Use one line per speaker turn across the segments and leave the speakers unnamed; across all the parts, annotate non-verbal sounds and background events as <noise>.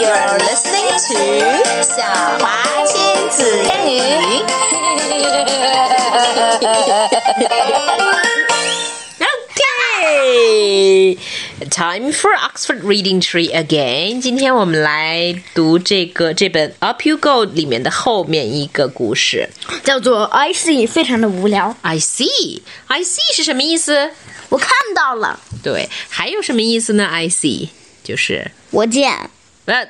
You're listening to 小华亲子英语。
<laughs> Okay, time for Oxford Reading Tree again. 今天我们来读这个这本《Up You Go》里面的后面一个故事。
叫做 I see，非常的无聊。
I see, I see 是什么意思？
我看到了，
对，还有什么意思呢？I see 就是
我见。
呃，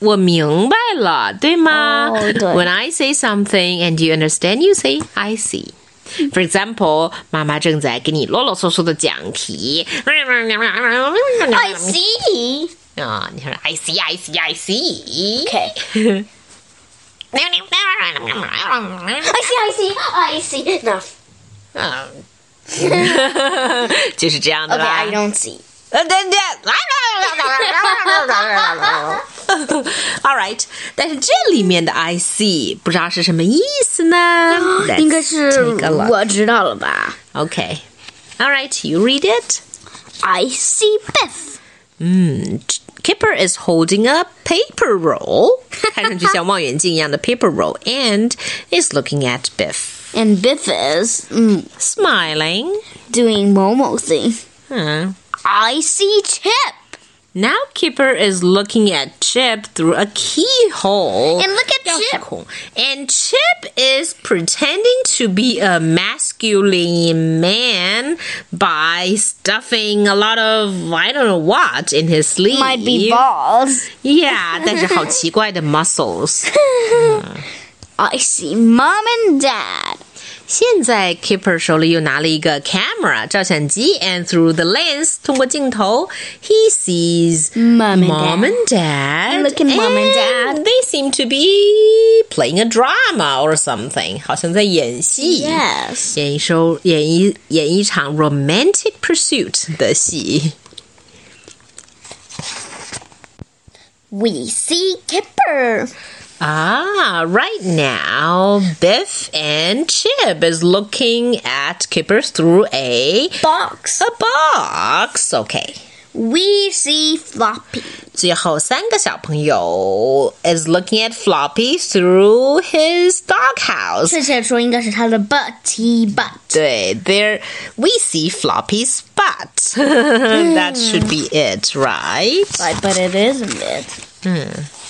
我明白了，对吗、
哦对
w h e n I say something and you understand, you say I see. For example，妈妈正在跟你啰啰嗦嗦的讲题。
I see，
<laughs> 啊，你说 I see, I see, I see。 <laughs>
Okay. I see, I see, I see. No,
就是这样的
okay,
啦。
I don't <laughs> see.
呃，对对。All right，但是这里面的 I see 不知道是什么意思呢？
应该是
<gasps> Let's take a look.
我知道了吧
Okay. All right, you read it.
？I see Beth.
Mm, Kipper is holding a paper roll. <laughs> 看上去像望远镜一样的 paper roll and is looking at Biff.
And Biff is mm,
Smiling.
doing Momo thing.
Huh.
I see Chip.
Now Kipper is looking at Chip through a keyhole.
And look at Chip.
钥匙孔. And Chip is pretending to be a masculine man by stuffing a lot of I don't know what in his sleeve.
Might be balls.
Yeah，但是好奇怪的 muscles。
I see Mom and Dad.
现在 Kipper 手里又拿了一个 camera 照相机，and through the lens 通过镜头，he sees
Mom and
mom and dad.
And look at mom and dad.
and They seem to be playing a drama or something，好像在演戏。
Yes.
演一首演一演一场 romantic pursuit 的戏。
We see Kipper.
Ah, right now, Biff and Chip is looking at Kippers through a
Box.
a box. Okay.
We see Floppy.
最后三个小朋友 is looking at Floppy through his doghouse.
正确说应该是他的 butty butt。
对，there we see Floppy's butt. <laughs> that should be it, right?
But but it isn't it.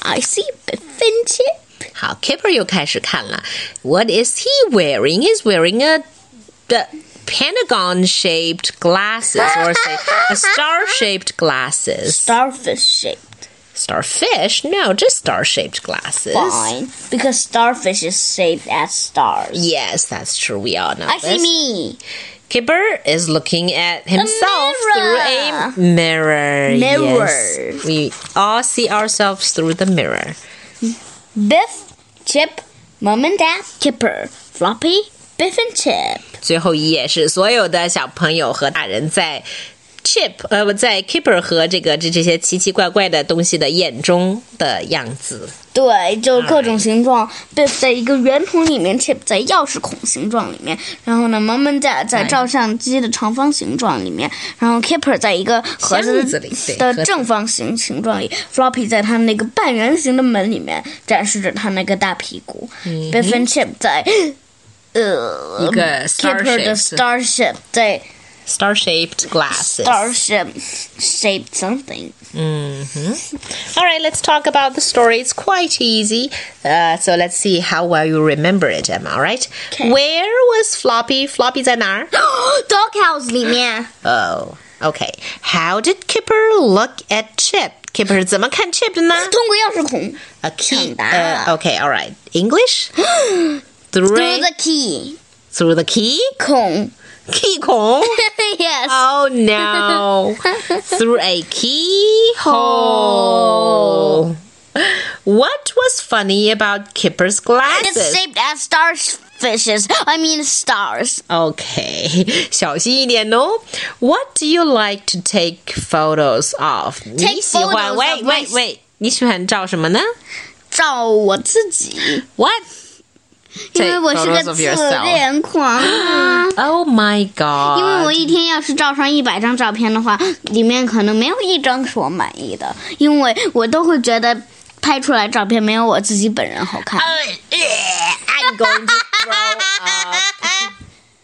I see Biff and Chip.
好，Kipper 又开始看了。What is he wearing? He's wearing a the pentagon-shaped glasses, or say a star-shaped glasses.
Starfish shaped.
Starfish? No, just star-shaped glasses.
Fine. Because starfish is shaped as stars.
Yes, that's true. We all know
I see
this.
me.
Kipper is looking at himself
mirror.
through a mirror.
Mirror.
Yes. We all see ourselves through the mirror.
Biff, Chip, Mom and Dad, Kipper, Floppy, Biff and Chip.
最后一页是所有的小朋友和大人在 Chip 呃不在 Kipper 和这个这这些奇奇怪怪的东西的眼中的样子。
对，就各种形状。Biff 在一个圆筒里面，Chip 在钥匙孔形状里面，然后呢，Mom and Dad 在照相机的长方形状里面，然后 Kipper 在一个盒子
箱子里对盒
的
子
正方形形状里，Floppy 在他那个半圆形的门里面展示着他那个大屁股。Biff and Chip 在呃
一个
Kipper 的
star-shaped
starship 在
Star-shaped glasses.
starship shaped something。 <gasps>
Mm-hmm. All right, let's talk about the story. It's quite easy. Uh, so let's see how well you remember it, Emma. All right.
Okay.
Where was Floppy? Floppy 在哪儿
Doghouse 里面
Oh, okay. How did Kipper look at Chip? Kipper 怎么看 Chip 的呢
通过钥匙孔
？A key.
抢答
Uh, okay, all right. English. <gasps> through
through
the
the key
through the key
孔。
key 孔
<laughs> yes.
Oh
<laughs>
no! Through a keyhole. What was funny about Kipper's
it's
glasses?
shaped as starfishes. I mean stars.
Okay, <laughs> 小心一点哦。What do you like to take photos of? 你喜
photos
欢
of
wait
my-
wait wait，你喜欢照什么呢？What? Take photos of yourself. <gasps>
照我自己，因为我是个自恋狂啊。
Oh my god!
因为我一天要是照上一百张照片的话，里面可能没有一张是我满意的，因为我都会觉得拍出来照片没有我自己本人好看。
<laughs> I'm going to
<laughs>
throw up.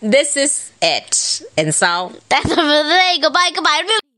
This is it. And so
That's for today. Goodbye, goodbye.